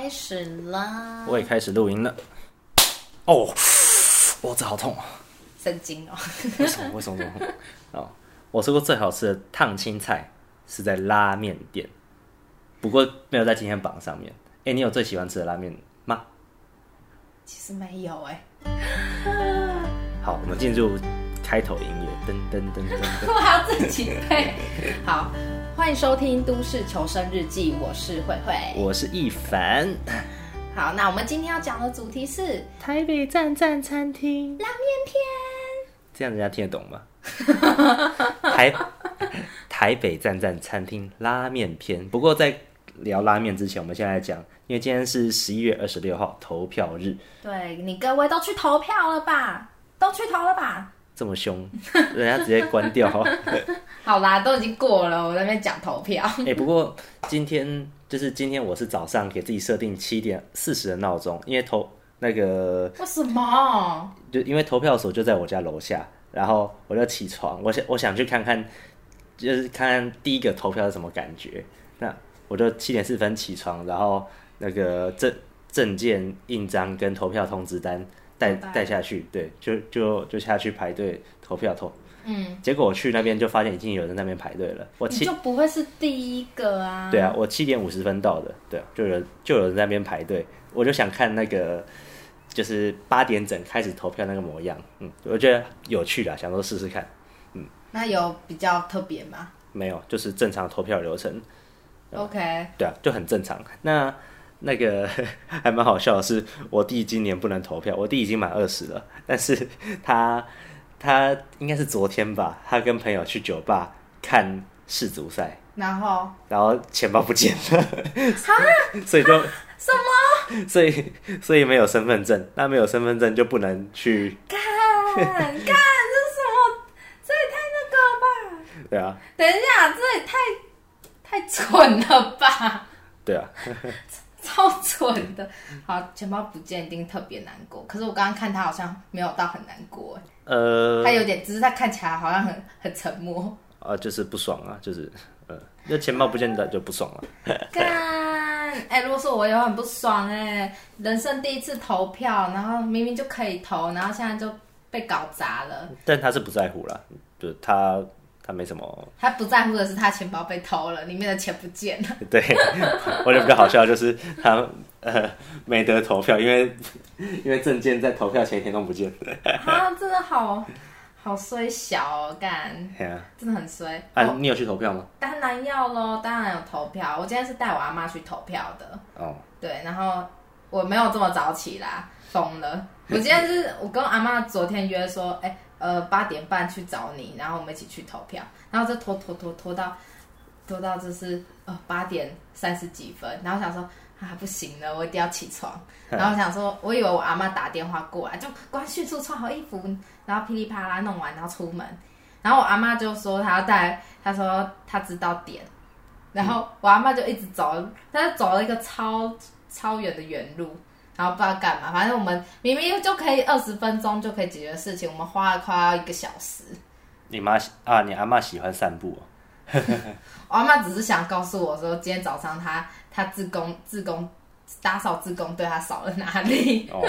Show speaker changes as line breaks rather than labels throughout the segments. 开始啦！
我也开始录音了。哦，脖子好痛啊！
神经哦，
为什么？为什么？哦，我吃过最好吃的烫青菜是在拉面店，不过没有在今天榜上面。哎、你有最喜欢吃的拉面吗？
其实没有哎、
好，我们进入开头音乐，噔噔噔噔 噔。
我还要自己背。好，欢迎收听《都市求生日记》，我是慧慧。
我是一凡，
好，那我们今天要讲的主题是
台北站站餐厅，
拉面篇。
这样人家听得懂吗？台 台北站站餐厅拉面篇。不过在聊拉面之前，我们先来讲，因为今天是十一月二十六号投票日，
对你各位都去投票了吧？都去投了吧？
这么凶， 人家直接关掉。
好啦，都已经过了，我在那边讲投票。
哎、不过今天就是今天，我是早上给自己设定七点四十的闹钟，因为投那个
为什么？
就因为投票所就在我家楼下，然后我就起床，我想我想去看看，就是看看第一个投票是什么感觉。那我就七点四分起床，然后那个证证件印章跟投票通知单带
拜拜
带下去，对，就就就下去排队投票投。
嗯，
结果我去那边就发现已经有人在那边排队了，我
你
七
就不会是第一个啊？
对啊，我七点五十分到的，对啊，就有人就有人在那边排队，我就想看那个就是八点整开始投票那个模样，嗯，我觉得有趣啦，想说试试看，
那有比较特别吗、
没有，就是正常投票流程，
o k
对啊，就很正常。那那个 还蛮好笑的是，我弟今年不能投票，我弟已经满二十了，但是 他他应该是昨天吧，他跟朋友去酒吧看世足赛，
然后
然后钱包不见了， 所以就
什
么？所以所以没有身份证，那没有身份证就不能去，
干干，这是什么？这也太那个了吧？
对啊，
等一下，这也太太蠢了吧，
对啊，
超蠢的。好，钱包不见一定特别难过，可是我刚刚看他好像没有到很难过，
呃
他有点，只是他看起来好像很很沉默。
啊，就是不爽啊，就是呃，那钱包不见得就不爽了、
干，哎、如果说我也很不爽哎、人生第一次投票，然后明明就可以投，然后现在就被搞砸了。
但他是不在乎啦，就他他没什么，
他不在乎的是他钱包被偷了，里面的钱不见了。
对 我觉得比较好笑就是他呃没得投票，因为因为证件在投票前一天弄不见，
啊，真的好好衰小、哦，干，
对啊，
真的很衰。哦
啊，你有去投票吗？
当然要咯，当然有投票。我今天是带我阿妈去投票的，
哦，
对，然后我没有这么早起啦，疯了。我今天是我跟阿妈昨天约说，哎、呃，八点半去找你，然后我们一起去投票，然后就拖拖拖拖到拖到就是呃八点三十几分，然后想说啊不行了，我一定要起床，然后想说我以为我阿妈打电话过来，就赶快迅速穿好衣服，然后噼里啪啦弄完，然后出门，然后我阿妈就说她要带，她说她知道点，然后我阿妈就一直走，她就走了一个超超远的远路。然后不知道干嘛，反正我们明明就可以二十分钟就可以解决的事情，我们花了快要一个小时。
你妈喜啊，你阿妈喜欢散步、哦。
我阿妈只是想告诉我说，今天早上她她自工自工打扫自工对她扫了哪里，
哦，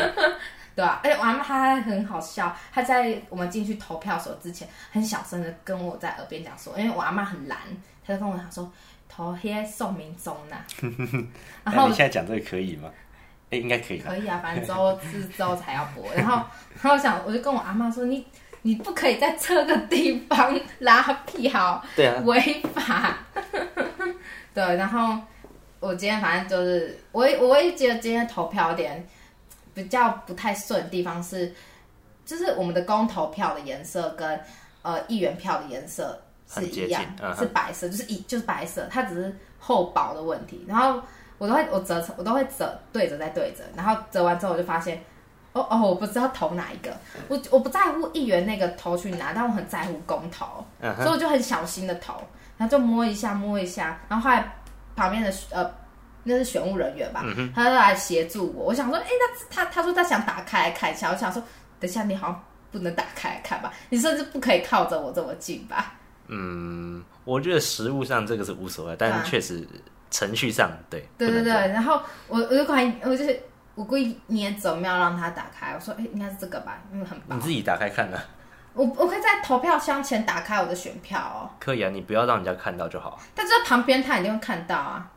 对吧、啊？哎、我阿妈她还很好笑，她在我们进去投票所之前，很小声的跟我在耳边讲说，因为我阿妈很懒，她就跟我讲说投些宋明宗呐、然
哎
后
你现在讲这个可以吗？哎、应该可以吧？
可以啊，反正之后是之后才要播。然后，然后我想，我就跟我阿妈说，你你不可以在这个地方拉屁好，
对啊，
违法。对，然后我今天反正就是，我我会觉得今天投票有点比较不太顺的地方是，就是我们的公投票的颜色跟呃议员票的颜色是
很接
一样
近，嗯哼
是白色，就是一就是白色，它只是厚薄的问题。然后我都会我折成我都会折对折再对折，然后折完之后我就发现。哦哦，我不知道投哪一个，我我不在乎议员那个投去哪，但我很在乎公投。
嗯
所以我就很小心的投，然后就摸一下摸一下，然后后来旁边的呃那是选务人员
嗯
吧，他就来协助我。我想说，哎、那他他说他想打开来看一下，我想说，等一下你好像不能打开来看吧，你甚至不可以靠着我这么近吧。
嗯，我觉得食物上这个是无所谓，但
对啊
是确实程序上对，
对
不
对
能
对，
动
然后我我就怀疑，我就是我故意捏着没有让它打开，我说哎、应该是这个吧，因为很薄
你。自己打开看啊，
我我可以在投票箱前打开我的选票哦，
可以啊，你不要让人家看到就好，
但是旁边他一定会看到啊，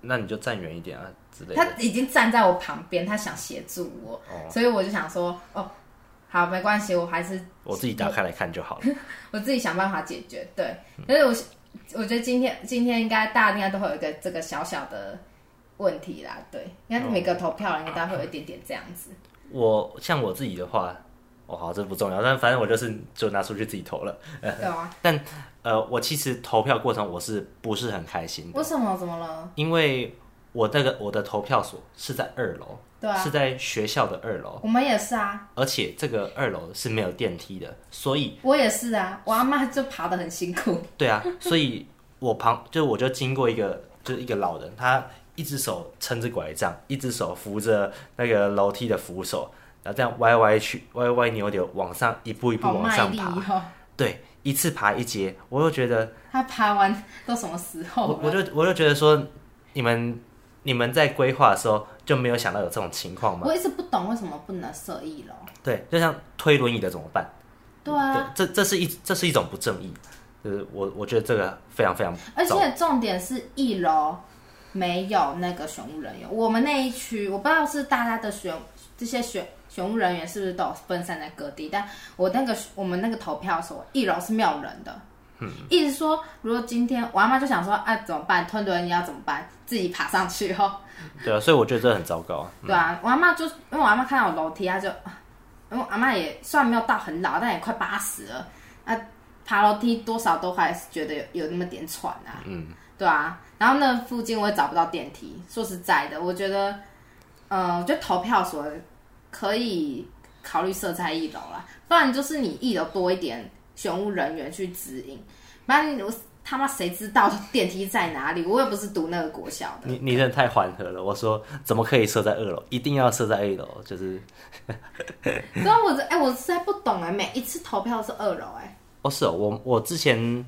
那你就站远一点啊之类
他
的。
已经站在我旁边，他想协助我，
哦，
所以我就想说哦，好没关系，我还是
我自己打开来看就好了。
我自己想办法解决。对，但是我是我觉得今天今天应该大家应该都会有一个这个小小的问题啦，对，
哦
应该每个投票人应该会有一点点这样 子。
我像我自己的话，哦好，这不重要，但反正我就是就拿出去自己投了。
对啊，
呃，我其实投票过程我是不是很开心的
为，什么？怎么了？
因为我那个我的投票所是在二楼，
对啊，
是在学校的二楼，
我们也是啊，
而且这个二楼是没有电梯的，所以
我也是啊，我阿妈就爬得很辛苦。
对啊，所以我旁就我就经过一个就是一个老人，他一只手撑着拐杖，一只手扶着那个楼梯的扶手，然后这样歪歪去歪歪扭扭往上一步一步
好
往
卖
上
力
爬，
哦！
对，一次爬一阶，我又觉得
他爬完都什么时候
我我
了？
就我就觉得说你们你们在规划的时候就没有想到有这种情况吗？
我一直不懂为什么不能设一楼。
对，就像推轮椅的怎么办？
对啊，
对，这这是一这是一种不正义，就是我我觉得这个非常非常
而
糟
且重点是一楼没有那个选务人员。我们那一区，我不知道是大家的选这些选选务人员是不是都有分散在各地，但我那个我们那个投票所一楼是没有人的。嗯，意思说，如果今天我阿妈就想说，啊，怎么办？吞轮椅要怎么办？自己爬上去哦。
对啊，所以我觉得这很糟糕啊。
对啊，我阿妈就因为我阿妈看到有楼梯，她就， 啊因为我阿妈也虽然没有到很老，但也快八十了，啊，爬楼梯多少都还是觉得有有那么点喘啊。嗯，对啊，然后那附近我也找不到电梯。说实在的，我觉得，呃，我觉得投票所可以考虑设在一楼啦，不然就是你一楼多一点选务人员去指引，不然我他妈谁知道电梯在哪里？我也不是读那个国小的。
你你真的太缓和了。我说怎么可以设在二楼？一定要设在一楼，就是
对啊，我这哎、我实在不懂哎、每一次投票是二楼哎、
哦是哦，我我之前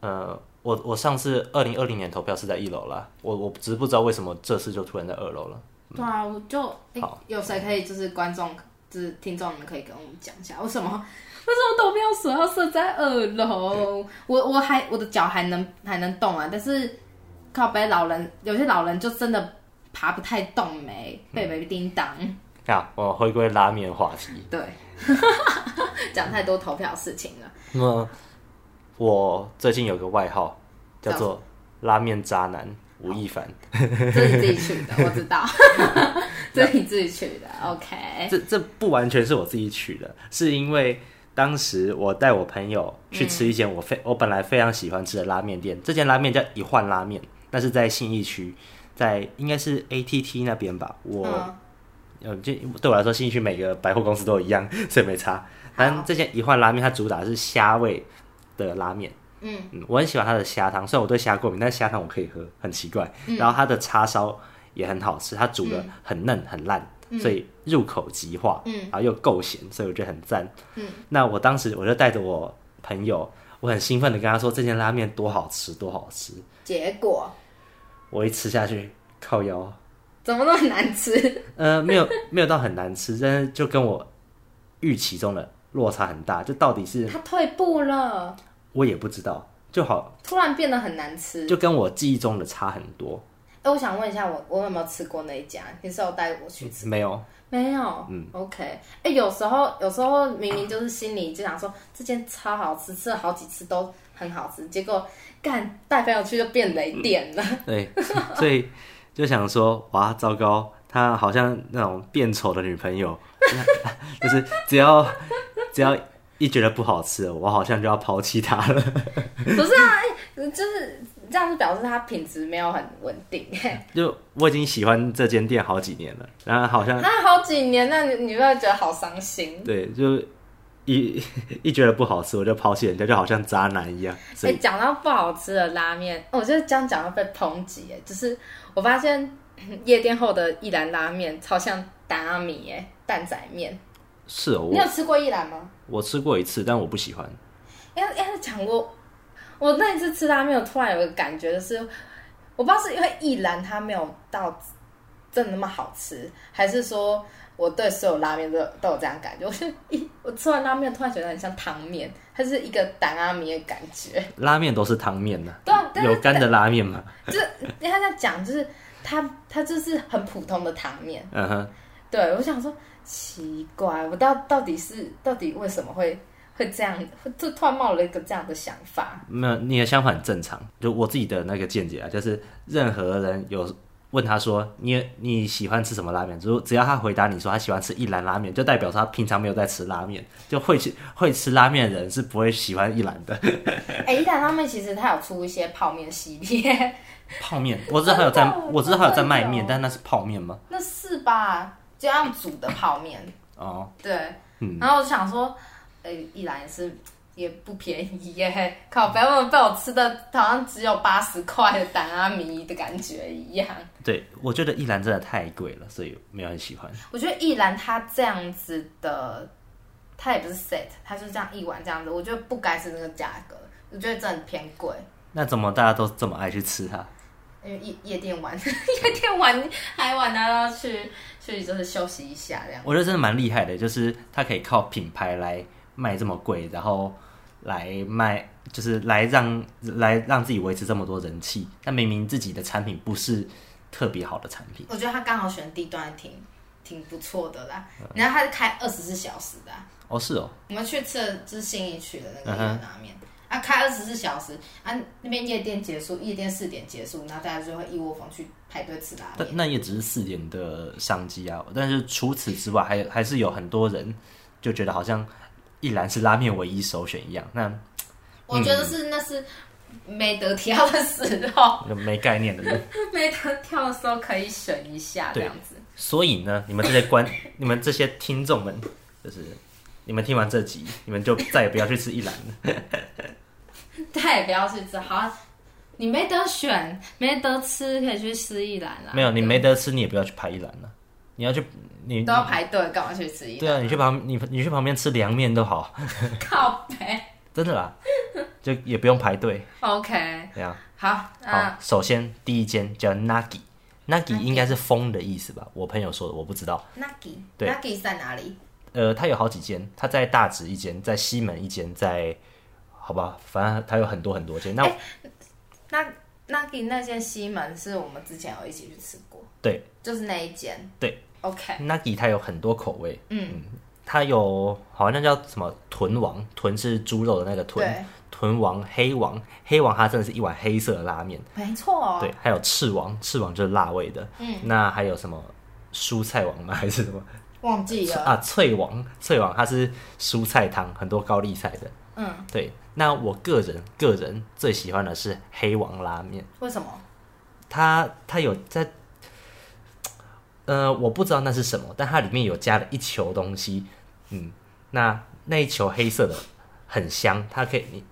呃，我我上次二零二零年投票是在一楼啦，我我只是不知道为什么这次就突然在二楼了。
对啊，我就哎、
嗯好
有谁可以就是观众就是听众，你们可以跟我们讲一下为什么 为什么投票所要设在二楼？我我还我的脚还能还能动啊，但是靠北老人有些老人就真的爬不太动没、
嗯
被没叮当，
啊，我回归拉面话题。
对， 讲太多投票事情了，
那么我最近有个外号叫做拉面渣男吴亦凡，
这是你自己取的，我知 道， 这是你自己取的，OK，
这这不完全是我自己取的，是因为当时我带我朋友去吃一间我非、我本来非常喜欢吃的拉面店，这间拉面叫一换拉面，那是在信义区，在应该是 ATT 那边吧。我、
嗯
呃，就对我来说，信义区每个百货公司都一样， 所以没差。但这间一换拉面它主打的是虾味的拉面。
嗯
嗯，我很喜欢它的虾汤，虽然我对虾过敏，但是虾汤我可以喝，很奇怪。然后它的叉烧也很好吃，它煮的很嫩很烂，所以入口即化，嗯，然后又够咸，所以我觉得很赞。嗯，那我当时我就带着我朋友，我很兴奋的跟他说这间拉面多好吃，多好吃。
结果
我一吃下去，靠腰，
怎么那么难吃？
呃，没有 没有到很难吃，但是就跟我预期中的落差很大，就到底是
它退步了，
我也不知道，就好
突然变得很难吃。
就跟我记忆中的差很多。
哎、我想问一下我，我有没有吃过那一家？你是有带我去吃？
没有，
没有。嗯，OK。哎、有时候有时候明明就是心里就想说这间超好吃，吃了好几次都很好吃，结果干带朋友去就变雷电了。
对， 所以就想说，哇，糟糕，他好像那种变丑的女朋友， 就是只要只要一觉得不好吃了，我好像就要抛弃他了。
不是啊，哎、 就是这样子表示它品质没有很稳定、 哎，
就我已经喜欢这间店好几年了，然后好像
那啊好几年，那你你会觉得好伤心。
对，就一 一觉得不好吃，我就抛弃人家，就好像渣男一样。所
哎，
以
讲、到不好吃的拉面，哦我觉得这样讲会被抨击哎，就是我发现嗯夜店后的一兰拉面超像达米哎，蛋仔面。
是哦，
你有
我
吃过一兰吗？
我吃过一次，但我不喜欢。
哎要要是讲我，我那一次吃拉面，我突然有个感觉，就是我不知道是因为一兰它没有到真的那么好吃，还是说我对所有拉面都有都有这样感觉。我是一我吃完拉面突然觉得很像汤面，它是一个胆阿米的感觉。
拉面都是汤面的，
对啊，但
有
是
干的拉面嘛？
就是 他在讲，就是它它就是很普通的汤面。
嗯哼，
对我想说奇怪，我到到底是到底为什么会会这样，会就突然冒了一个这样的想法。
没有，你的想法很正常。就我自己的那个见解啊，就是任何人有问他说你你喜欢吃什么拉面，如只要他回答你说他喜欢吃一兰拉面，就代表他平常没有在吃拉面。就会吃会吃拉面的人是不会喜欢一兰 的
哎、一兰他们其实它有出一些泡面系列，
泡面。 我知道他有在
真的，哦
我知道他有在卖
真的
面
有，
但那是泡面吗？
那是吧？就要煮的泡面，
哦，
对。
嗯
然后我就想说，呃、一兰也是也不便宜耶，靠，不要被我吃的好像只有八十块的胆阿米的感觉一样。
对，我觉得一兰真的太贵了，所以没有很喜欢。
我觉得一兰它这样子的，它也不是 set，它就这样一碗这样子，我觉得不该是那个价格，我觉得真的偏贵。
那怎么大家都这么爱去吃它？
因为夜夜店玩， 夜店玩还玩到要去去就是休息一下这样。
我觉得真的蛮厉害的，就是它可以靠品牌来卖这么贵，然后来卖，就是来让来让自己维持这么多人气。但明明自己的产品不是特别好的产品，
我觉得他刚好选地段挺挺不错的啦，然后他是开二十四小时的啊、
哦，是哦，
我们去吃的就是信义区的那个越南面。啊，开二十四小时啊！那边夜店结束，夜店四点结束，然后大家就会一窝蜂去排队吃拉
但
面。
那也只是四点的商机啊。但是除此之外，还还是有很多人就觉得好像一兰是拉面唯一首选一样，那
我觉得是那是没得挑的时候，
就没概念的人。
没得挑的时候可以选一下这
对
样子。
所以呢，你们这些观，你们这些听众们，就是你们听完这集，你们就再也不要去吃一兰了。
他也不要去吃，好，你没得选，没得吃，可以去吃一兰啦。
没有，你没得吃，你也不要去排一兰了。你要去，你
都要排队，干嘛去吃一
对啊，你去旁，你你去旁边吃凉面都好，
兰？靠背。
真的 啦，就也不用排队。
OK，
对啊，
好，呃那
好，首先第一间叫 Nagi。Nagi 应该是风的意思吧？我朋友说的，我不知道。
Nagi
对
Nagi 在哪里？
呃，它有好几间，它在大直一间，在西门一间，在好吧，反正它有很多很多间。那
那 Nagi 那间西门是我们之前有一起去吃过，
对
就是那一间。
对
，OK，
Nagi 它有很多口味，嗯它有好像叫什么豚王，豚是猪肉的那个豚，
对，
豚王、黑王、黑王，它真的是一碗黑色的拉面，
没错哦。
对，还有翅王，翅王就是辣味的，嗯，那还有什么蔬菜王吗？ 还是什么
忘记了，
啊？脆王，脆王它是蔬菜汤，很多高丽菜的，
嗯，
对。那我个人个人最喜欢的是黑王拉面，
为什么？
它它有在，呃，我不知道那是什么，但它里面有加了一球东西，嗯，那那一球黑色的很香，它可以你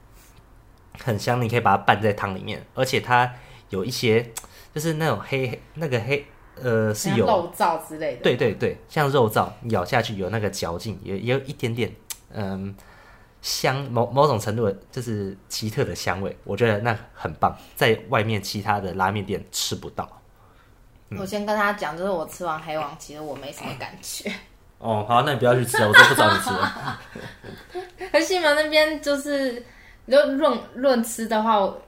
很香，你可以把它拌在汤里面，而且它有一些就是那种黑那个黑呃是
像
有
肉燥之类的。
对对对，像肉燥你咬下去有那个嚼劲，也也有一点点嗯香，某某种程度的就是奇特的香味，我觉得那很棒，在外面其他的拉面店吃不到。
我先跟他讲，就是我吃完黑王，其实我没什么感觉。
哦，好，那你不要去吃了，我都不找你吃 了。
可西门那边就是，就论论吃的话，我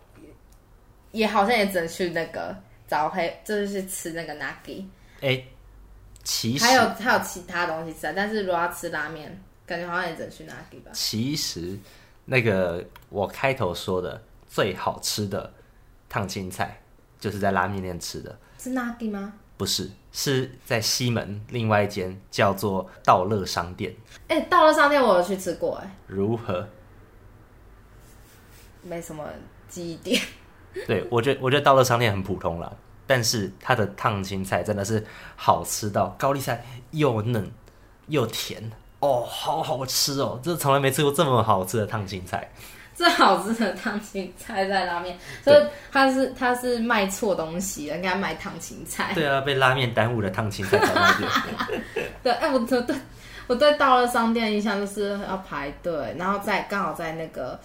也好像也只能去那个找黑，就是去吃那个 nagi，
哎、其实
还有还有其他东西吃啊。但是如果要吃拉面，感觉好像也只能去 nagi 吧。
其实那个我开头说的最好吃的烫青菜，就是在拉面店吃的。
是 nagi 吗？
不是，是在西门另外一间叫做道乐商店，
哎、到了商店我有去吃过、哎，
如何？
没什么记忆点。
对，我觉得我觉得道乐商店很普通啦，但是它的烫青菜真的是好吃到高丽菜又嫩又甜哦，好好吃哦！真的从来没吃过这么好吃的烫青菜。
最好吃的烫青菜在拉面，所以他是他是卖错东西了，应该卖烫青菜。
对啊，被拉面耽误的烫青菜早到店。
对，哎、我对对，我对到了商店的印象就是要排队，然后在刚好在那个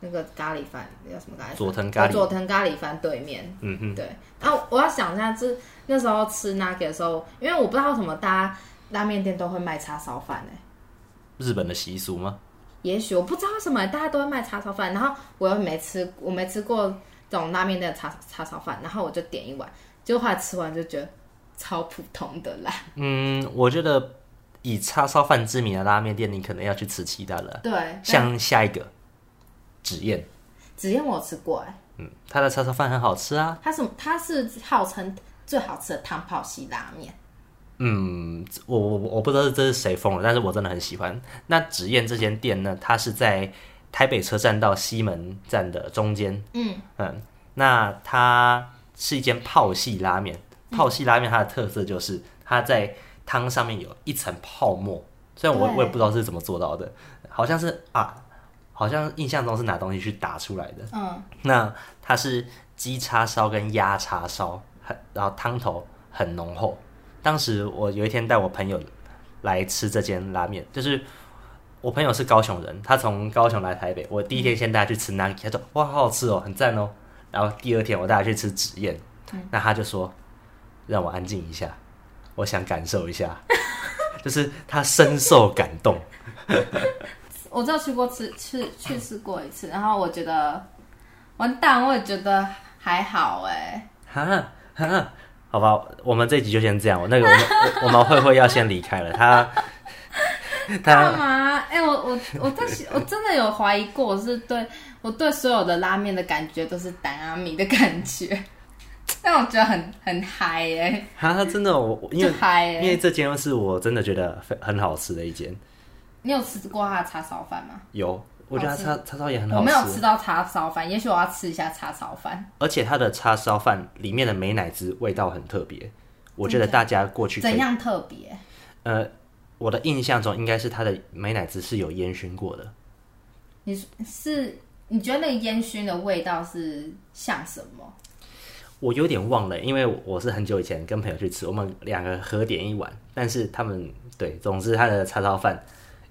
那个咖喱饭叫什么咖喱饭？
佐藤咖喱
哦佐藤咖喱饭对面。
嗯哼，
对，然后我要想一下，就是那时候吃那个的时候，因为我不知道为什么大家拉面店都会卖叉烧饭哎、
日本的习俗吗？
也许我不知道为什么大家都会卖叉烧饭，然后我又没吃，我没吃过这种拉面店的叉叉烧饭，然后我就点一碗，结果后来吃完就觉得超普通的啦。
嗯，我觉得以叉烧饭知名的拉面店，你可能要去吃其他的。
对，
像下一个，纸燕，
只燕我有吃过哎、
嗯，它的叉烧饭很好吃啊。
它什么？它是号称最好吃的汤泡系拉面。
嗯，我我我不知道这是谁封了，但是我真的很喜欢。那纸燕这间店呢，它是在台北车站到西门站的中间。
嗯
嗯，那它是一间泡系拉面，
嗯
泡系拉面它的特色就是它在汤上面有一层泡沫，虽然我
对
我也不知道是怎么做到的，好像是啊，好像印象中是拿东西去打出来的。
嗯，
那它是鸡叉烧跟鸭叉烧，很然后汤头很浓厚。当时我有一天带我朋友来吃这间拉面，就是我朋友是高雄人，他从高雄来台北，我第一天先带他去吃 Nagi，他说哇好好吃哦，很赞哦。然后第二天我带他去吃纸燕，那他就说让我安静一下，我想感受一下， 就是他深受感动。
我只有去过吃吃去吃过一次，然后我觉得完蛋，我也觉得还好哎、
哈哈，好吧，我们这集就先这样。我那个我们我我们慧慧要先离开了，她
干
她
嘛？哎、我我我在想我真的有怀疑过，我是对我对所有的拉面的感觉都是单阿米的感觉， 但我觉得很很嗨哎、
哈她真的我我因
就
为
嗨哎、
因为这间是我真的觉得非很好吃的一间，
你有吃过他的叉烧饭吗？
有我觉得它叉叉烧也很
我
好
没有
吃
吃，到叉烧饭，也许我要吃一下叉烧饭。
而且它的叉烧饭里面的美乃滋味道很特别，我觉得大家过去可
怎
以
样特别？
呃，我的印象中应该是它的美乃滋是有烟熏过的，
你是是你觉得那个烟熏的味道是像什么？
我有点忘了，因为我是很久以前跟朋友去吃，我们两个合点一碗，但是他们对，总之他的叉烧饭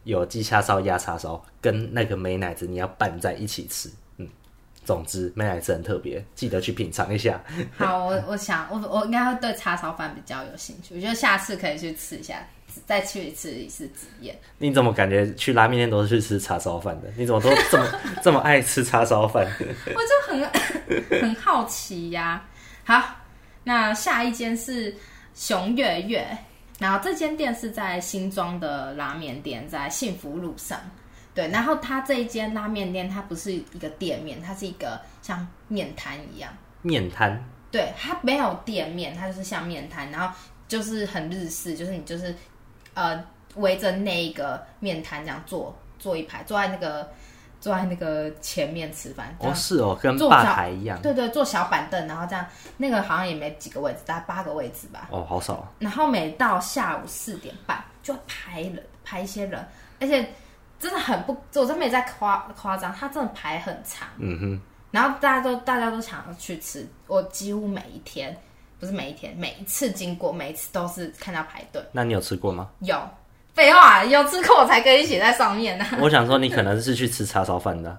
有鸡叉烧、鸭叉烧跟那个美乃滋，你要拌在一起吃。嗯，总之美乃滋很特别，记得去品尝一下。
好，我我想我我应该会对叉烧饭比较有兴趣，我觉得下次可以去吃一下，再去吃一次紫燕。
你怎么感觉去拉面店都是去吃叉烧饭的？你怎么都这么 这么爱吃叉烧饭？
我就很很好奇呀、好，那下一间是熊月月，然后这间店是在新庄的拉面店，在幸福路上。对，然后它这一间拉面店，它不是一个店面，它是一个像面摊一样。
面摊
对，它没有店面，它就是像面摊，然后就是很日式，就是你就是呃围着那一个面摊这样坐坐一排，坐在那个坐在那个前面吃饭，这
哦
样
是哦，跟
做
吧
早
台一样
对对，坐小板凳，然后这样，那个好像也没几个位置，大概八个位置吧。
哦，好少哦。
然后每到下午四点半就会排人，排一些人，而且真的很不，我真没在夸夸张，他真的排很长。
嗯哼。
然后大家都大家都想要去吃，我几乎每一天，不是每一天，每一次经过，每一次都是看到排队。
那你有吃过吗？
有，废话，有吃过我才可以写在上面呢、
我想说你可能是去吃叉烧饭的啊。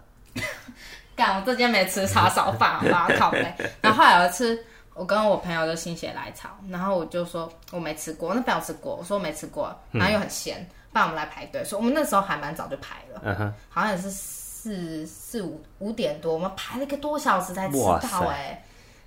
干，我这间没吃叉烧饭，啊好吧，靠背。然后后来有一次，我跟我朋友就心血来潮，然后我就说我没吃过，那朋友吃过，我说我没吃过，然后又很咸，不然我们来排队。所以我们那时候还蛮早就排了，
嗯哼，
好像也是四四五五点多，我们排了一个多小时才吃
哇
到
塞
哎、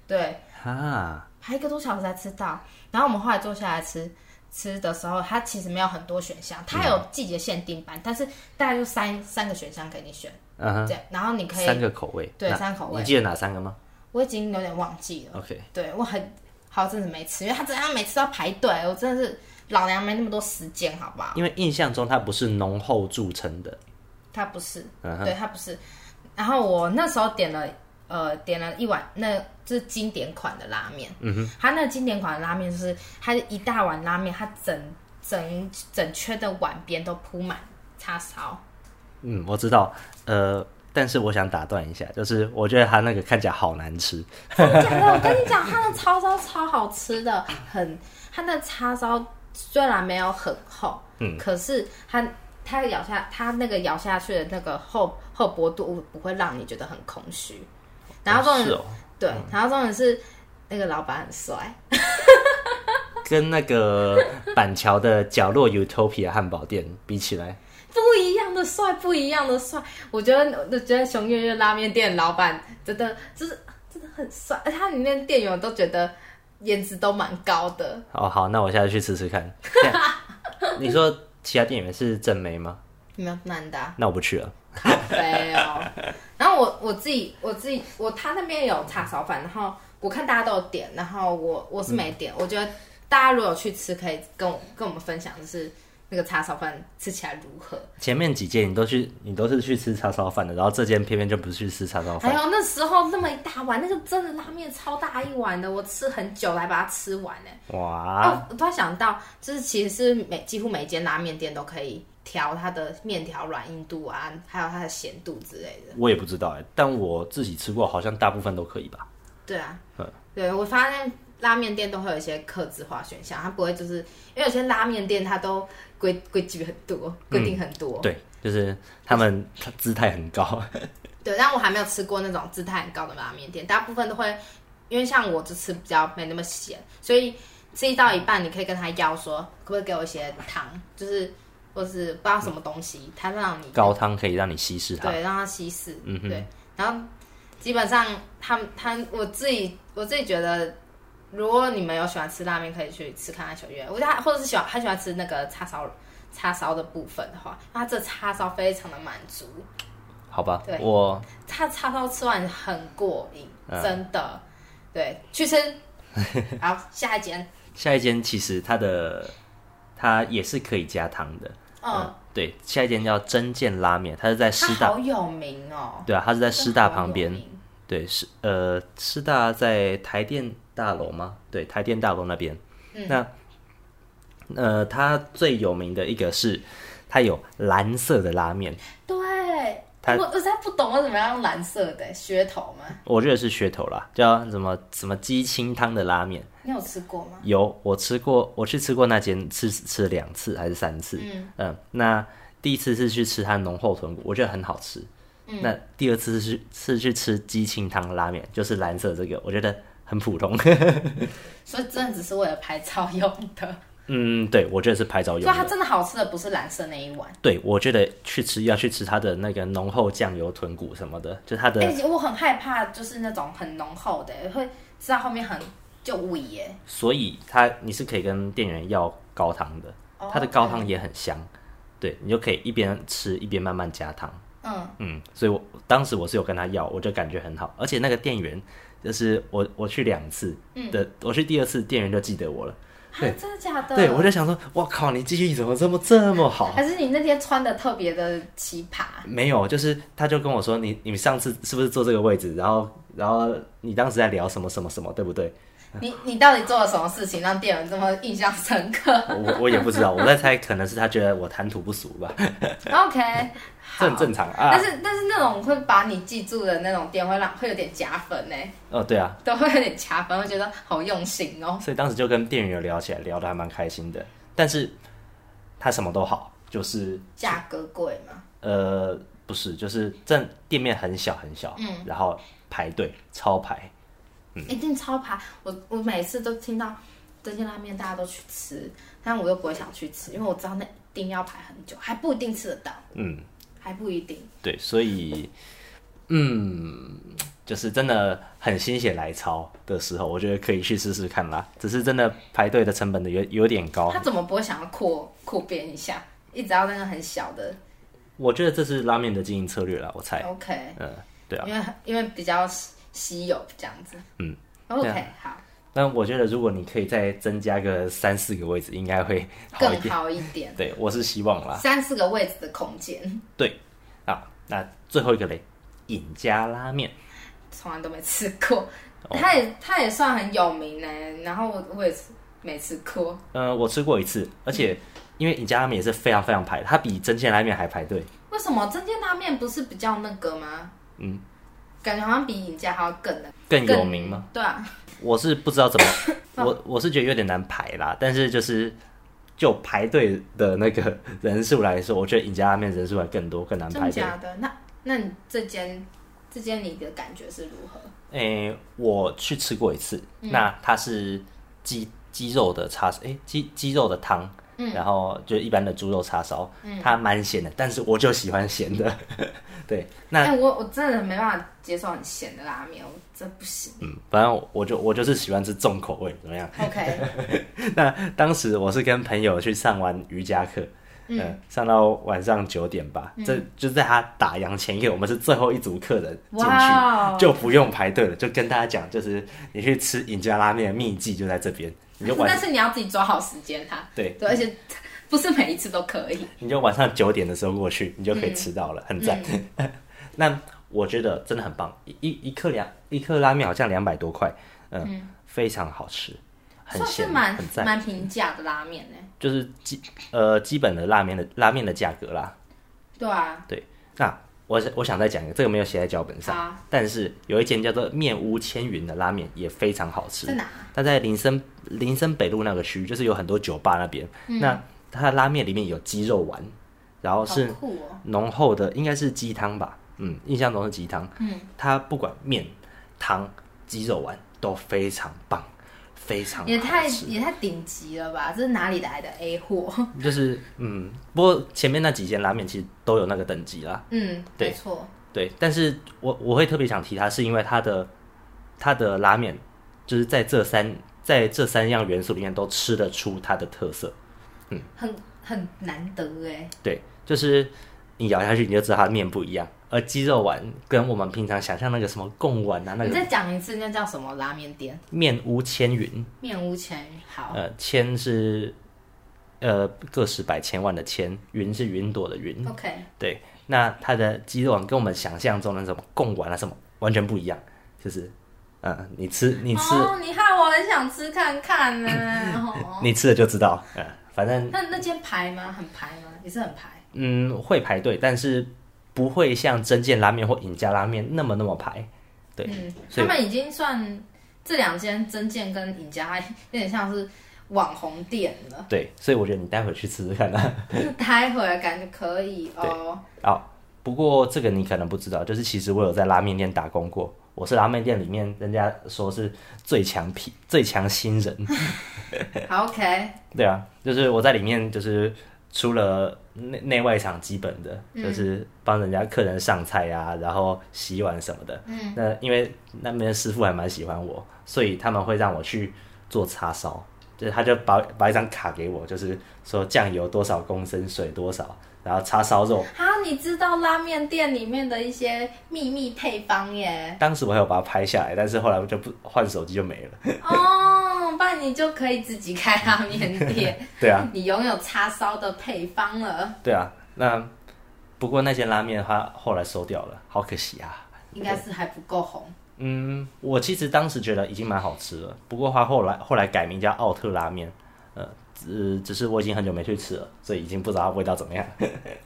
对，
哈。
排一个多小时才吃到。然后我们后来坐下来吃吃的时候，它其实没有很多选项，它有季节限定版，但是大概就三三个选项给你选，
嗯哼，
这样，然后你可
三
以，
个口味，
对
那
三个口味
你记得哪三个吗
我已经有点忘记了，
？OK，
对我很好真的没吃，因为它真的每次都要排队，我真的是老娘没那么多时间，好不好？
因为印象中它不是浓厚著称的，
它不是，
嗯哼，
对，它不是。然后我那时候点了呃点了一碗，那就是经典款的拉面。嗯哼，它那个经典款的拉面就是它一大碗拉面，它整整整圈的碗边都铺满叉烧。
嗯，我知道，呃，但是我想打断一下，就是我觉得它那个看起来好难吃，
真的假的？我跟你讲，它的叉烧超好吃的，很它的叉烧虽然没有很厚，嗯，可是它它咬下它那个咬下去的那个厚厚薄度不会让你觉得很空虚，然后重点、
是哦，
对，然后重点是那个老板很帅，
跟那个板桥的角落 Utopia 汉堡店比起来，
不一样的帅，不一样的帅。我觉得，我觉得熊月月拉面店老板真的就是真的很帅，而他里面店员都觉得颜值都蛮高的。
哦，好，那我下次去吃吃 看。这样你说其他店员是正妹吗？
没有男的、啊、
那我不去了。
咖啡哦，然后我我自己我自己我他那边有叉烧饭，然后我看大家都有点，然后我我是没点。我觉得大家如果有去吃，可以跟我跟我们分享，就是那个叉烧饭吃起来如何。
前面几届你都去，你都是去吃叉烧饭的，然后这间偏偏就不是去吃叉烧
还
饭。
哎有那时候那么一大碗，那个真的拉面超大一碗的，我吃很久才把它吃完呢、
哇，
哦，我突然想到，就是其实是每几乎每间拉面店都可以调它的面条软硬度啊，还有它的咸度之类的。
我也不知道哎，但我自己吃过，好像大部分都可以吧。
对啊，
嗯
对我发现拉面店都会有一些克制化选项，它不会就是因为有些拉面店它都规规矩很多，规定很多。
对，就是他们他姿态很高，
对，但我还没有吃过那种姿态很高的拉面店，大部分都会，因为像我只吃比较没那么咸，所以吃到一半你可以跟他要说，可不可以给我一些汤，就是或是不知道什么东西，他让你
高汤可以让你稀释它。
对让他稀释，
嗯哼
对，然后基本上他们他我自己我自己觉得。如果你们有喜欢吃拉面，可以去吃看看小月。我觉得他或者是喜欢很喜欢吃那个叉烧叉烧的部分的话，那他这叉烧非常的满足。
好吧
对，
我
他叉烧吃完很过瘾，
嗯
真的。对，去 吃。好，下一间。
下一间其实它的它也是可以加汤的。
嗯，，
对，下一间叫真见拉面，它是在
他
师大
好有名哦。
对啊，它是在师大旁边
真的好。有名
对，师呃师大在台电大楼吗？对，台电大楼那边。那呃，它最有名的一个是它有蓝色的拉面，
对，
他
我我实在不懂为什么要用蓝色的噱头嘛。
我觉得是噱头啦，叫什么什么鸡清汤的拉面。
你有吃过吗？
有，我吃过，我去吃过那间，吃吃了两次还是三次。嗯那第一次是去吃它浓厚豚骨，我觉得很好吃。嗯、那第二次是是去吃鸡清汤拉面，就是蓝色这个，我觉得很普通。
所以真的只是为了拍照用的。
嗯，对，我觉得是拍照
所以
用
它
的。
真的好吃的不是蓝色那一碗。
对，我觉得去吃要去吃它的那个浓厚酱油豚骨什么的，就它的、
哎、我很害怕，就是那种很浓厚的，会吃到后面很就尾耶。
所以它你是可以跟店员要高汤的，
哦
它的高汤也很香，对你就可以一边吃一边慢慢加汤。
嗯，
嗯，所以我当时我是有跟他要，我就感觉很好，而且那个店员就是我我去两次
嗯
的，我去第二次店员就记得我了，
啊
对
真的假的？
对我就想说，我靠，你记忆力怎么这么这么好？
还是你那天穿的特别的奇葩？
没有，就是他就跟我说，你你上次是不是坐这个位置？然后然后你当时在聊什么什么什么，对不对？
你你到底做了什么事情让店员这么印象深 刻
我我也不知道，我在猜，可能是他觉得我谈吐不俗吧，
？OK，
这很
好。
正常啊
但。是但是那种会把你记住的那种店会让会有点加分呢，
哦，对啊，
都会有点加分，会觉得好用心哦。
所以当时就跟店员有聊起来，聊得还蛮开心的。但是他什么都好，就是
价格贵嘛，
呃，不是，就是正店面很小很小，嗯，然后排队超排，嗯
一定超排。我我每次都听到这些拉面大家都去吃，但我又不会想去吃，因为我知道那一定要排很久，还不一定吃得到，
嗯，
还不一定。
对，所以，嗯，就是真的很心血来潮的时候，我觉得可以去试试看啦。只是真的排队的成本的有有点高
他，怎么不会想要扩扩编一下？一直要那个很小的
我觉得这是拉面的经营策略啦，我猜，
，OK。
嗯、对啊。
因为因为比较稀稀有这样子。
嗯
，OK，、
对
好，
但我觉得如果你可以再增加个三四个位置，应该会好一
更
点。
好一点，
对，我是希望啦。
三四个位置的空间，
对，啊，那最后一个嘞，尹家拉面。
从来都没吃过。
哦
它也它也算很有名呢、然后我我也是没吃过，
呃，我吃过一次，而且因为尹家拉面也是非常非常排，它比真鲜拉面还排队。
为什么真煎拉面不是比较那个吗？
嗯，
感觉好像比尹家还要更的
更有名吗？？
对啊，
我是不知道怎么，我我是觉得有点难排啦，但是就是就排队的那个人数来说，我觉得尹家拉面人数还更多，更难
真
排
的
队。
假的？那那你这间这间你的感觉是如何？
诶、我去吃过一次，那它是鸡鸡肉的叉，诶、鸡鸡肉的汤，然后就一般的猪肉叉烧，它蛮咸的，但是我就喜欢咸的， 对，那
哎、我我真的没办法接受很咸的拉面，我真不行。
嗯，反正我就我就是喜欢吃重口味，怎么样？
OK，
那 当时我是跟朋友去上完瑜伽课，嗯、上到晚上九点吧，这就在他打烊前一刻，我们是最后一组客人进去，
哇哦，
就不用排队了，就跟大家讲，就是你去吃尹家拉面的秘籍就在这边，你就
嗯
晚
但是你要自己抓好时间哈。
对
对，而且不是每一次都可以。
你就晚上九点的时候过去，你就可以吃到了，很赞。 那我觉得真的很棒，一一一克两一克拉面好像两百多块，嗯，非常好吃，很
算是
咸，
蛮
很赞，
蛮平价的拉面呢、
就是基呃基本的拉面的拉面的价格啦。
对啊，
那我想我想再讲一个，这个没有写在脚本上，
好
但是有一间叫做面屋千云的拉面也非常好吃
在，哪？
它在林森林森北路那个区，就是有很多酒吧那边。那它的拉面里面有鸡肉丸，然后是
好酷哦、
浓厚的应该是鸡汤吧，嗯，印象中是鸡汤。嗯，它不管面、汤、鸡肉丸都非常棒，非常好
也太
吃
也太顶级了吧？这是哪里来的 A 货？
就是嗯，不过前面那几间拉面其实都有那个等级啦，
嗯，
对
没错，
对。但是我我会特别想提它，是因为它的它的拉面就是在这三在这三样元素里面都吃得出它的特色，
很很难得哎。
对，就是你咬下去你就知道它的面不一样。而鸡肉丸跟我们平常想象那个什么贡丸啊，那
你
个
再讲一次，那叫什么拉面店？
面屋千云，
面屋前好，
呃，千是呃个十百千万的千，云是云朵的云。
OK，
对，那它的鸡肉丸跟我们想象中的什么贡丸啊什么完全不一样，就是呃，你吃你吃、
哦，你害我很想吃看看呢、 哦
你吃了就知道，呃，反正
那那间排吗？很排吗？也是很排。
嗯会排队，但是不会像真见拉面或尹家拉面那么那么排。对，
嗯，
所
他
以
们已经算这两间真见跟尹家有点像是网红店了。
对，所以我觉得你待会去吃吃看啊。
待会儿感觉可以哦。
哦， 不过这个你可能不知道，就是其实我有在拉面店打工过，我是拉面店里面人家说是最强皮、最强新人，
好 OK，
对啊，就是我在里面就是除了内内外场基本的，就是帮人家客人上菜啊，然后洗碗什么的。嗯，那因为那边师傅还蛮喜欢我，所以他们会让我去做叉烧。就是他就把把一张卡给我，就是说酱油多少公升，水多少，然后叉烧肉？
好，你知道拉面店里面的一些秘密配方耶
当时我还有把它拍下来，但是后来我就不换手机就没了。
哦，不然你就可以自己开拉面 店，
对啊，
你拥有叉烧的配方了，
对啊。那不过那间拉面它后来收掉了，好可惜啊。
应该是还不够红。
嗯，我其实当时觉得已经蛮好吃了，不过它后来后来改名叫奥特拉面，呃，只只是我已经很久没去吃了，所以已经不知道它味道怎么样。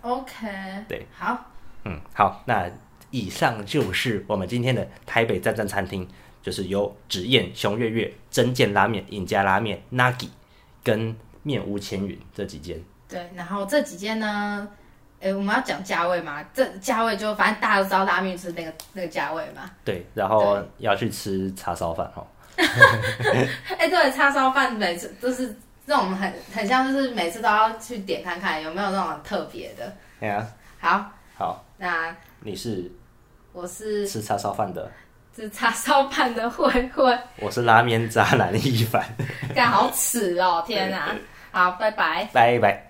OK，
对，
好，
嗯，好，那以上就是我们今天的台北站站餐厅，就是由纸燕、熊月月、真见拉面、尹家拉面、Nagi 跟面屋千云这几间。
对，然后这几间呢？哎，我们要讲价位嘛？这价位就反正大家都知道拉面就是那个那个价位嘛。
对，然后要去吃叉烧饭哦。
哎、对，叉烧饭每次都是这种很很像，就是每次都要去点看看有没有那种很特别的。
对啊，
好，
好，
那
你是
我是
吃叉烧饭的，
这叉烧饭的慧慧，
我是拉面渣男一凡，
干好耻哦！天哪、好，拜拜。
拜拜。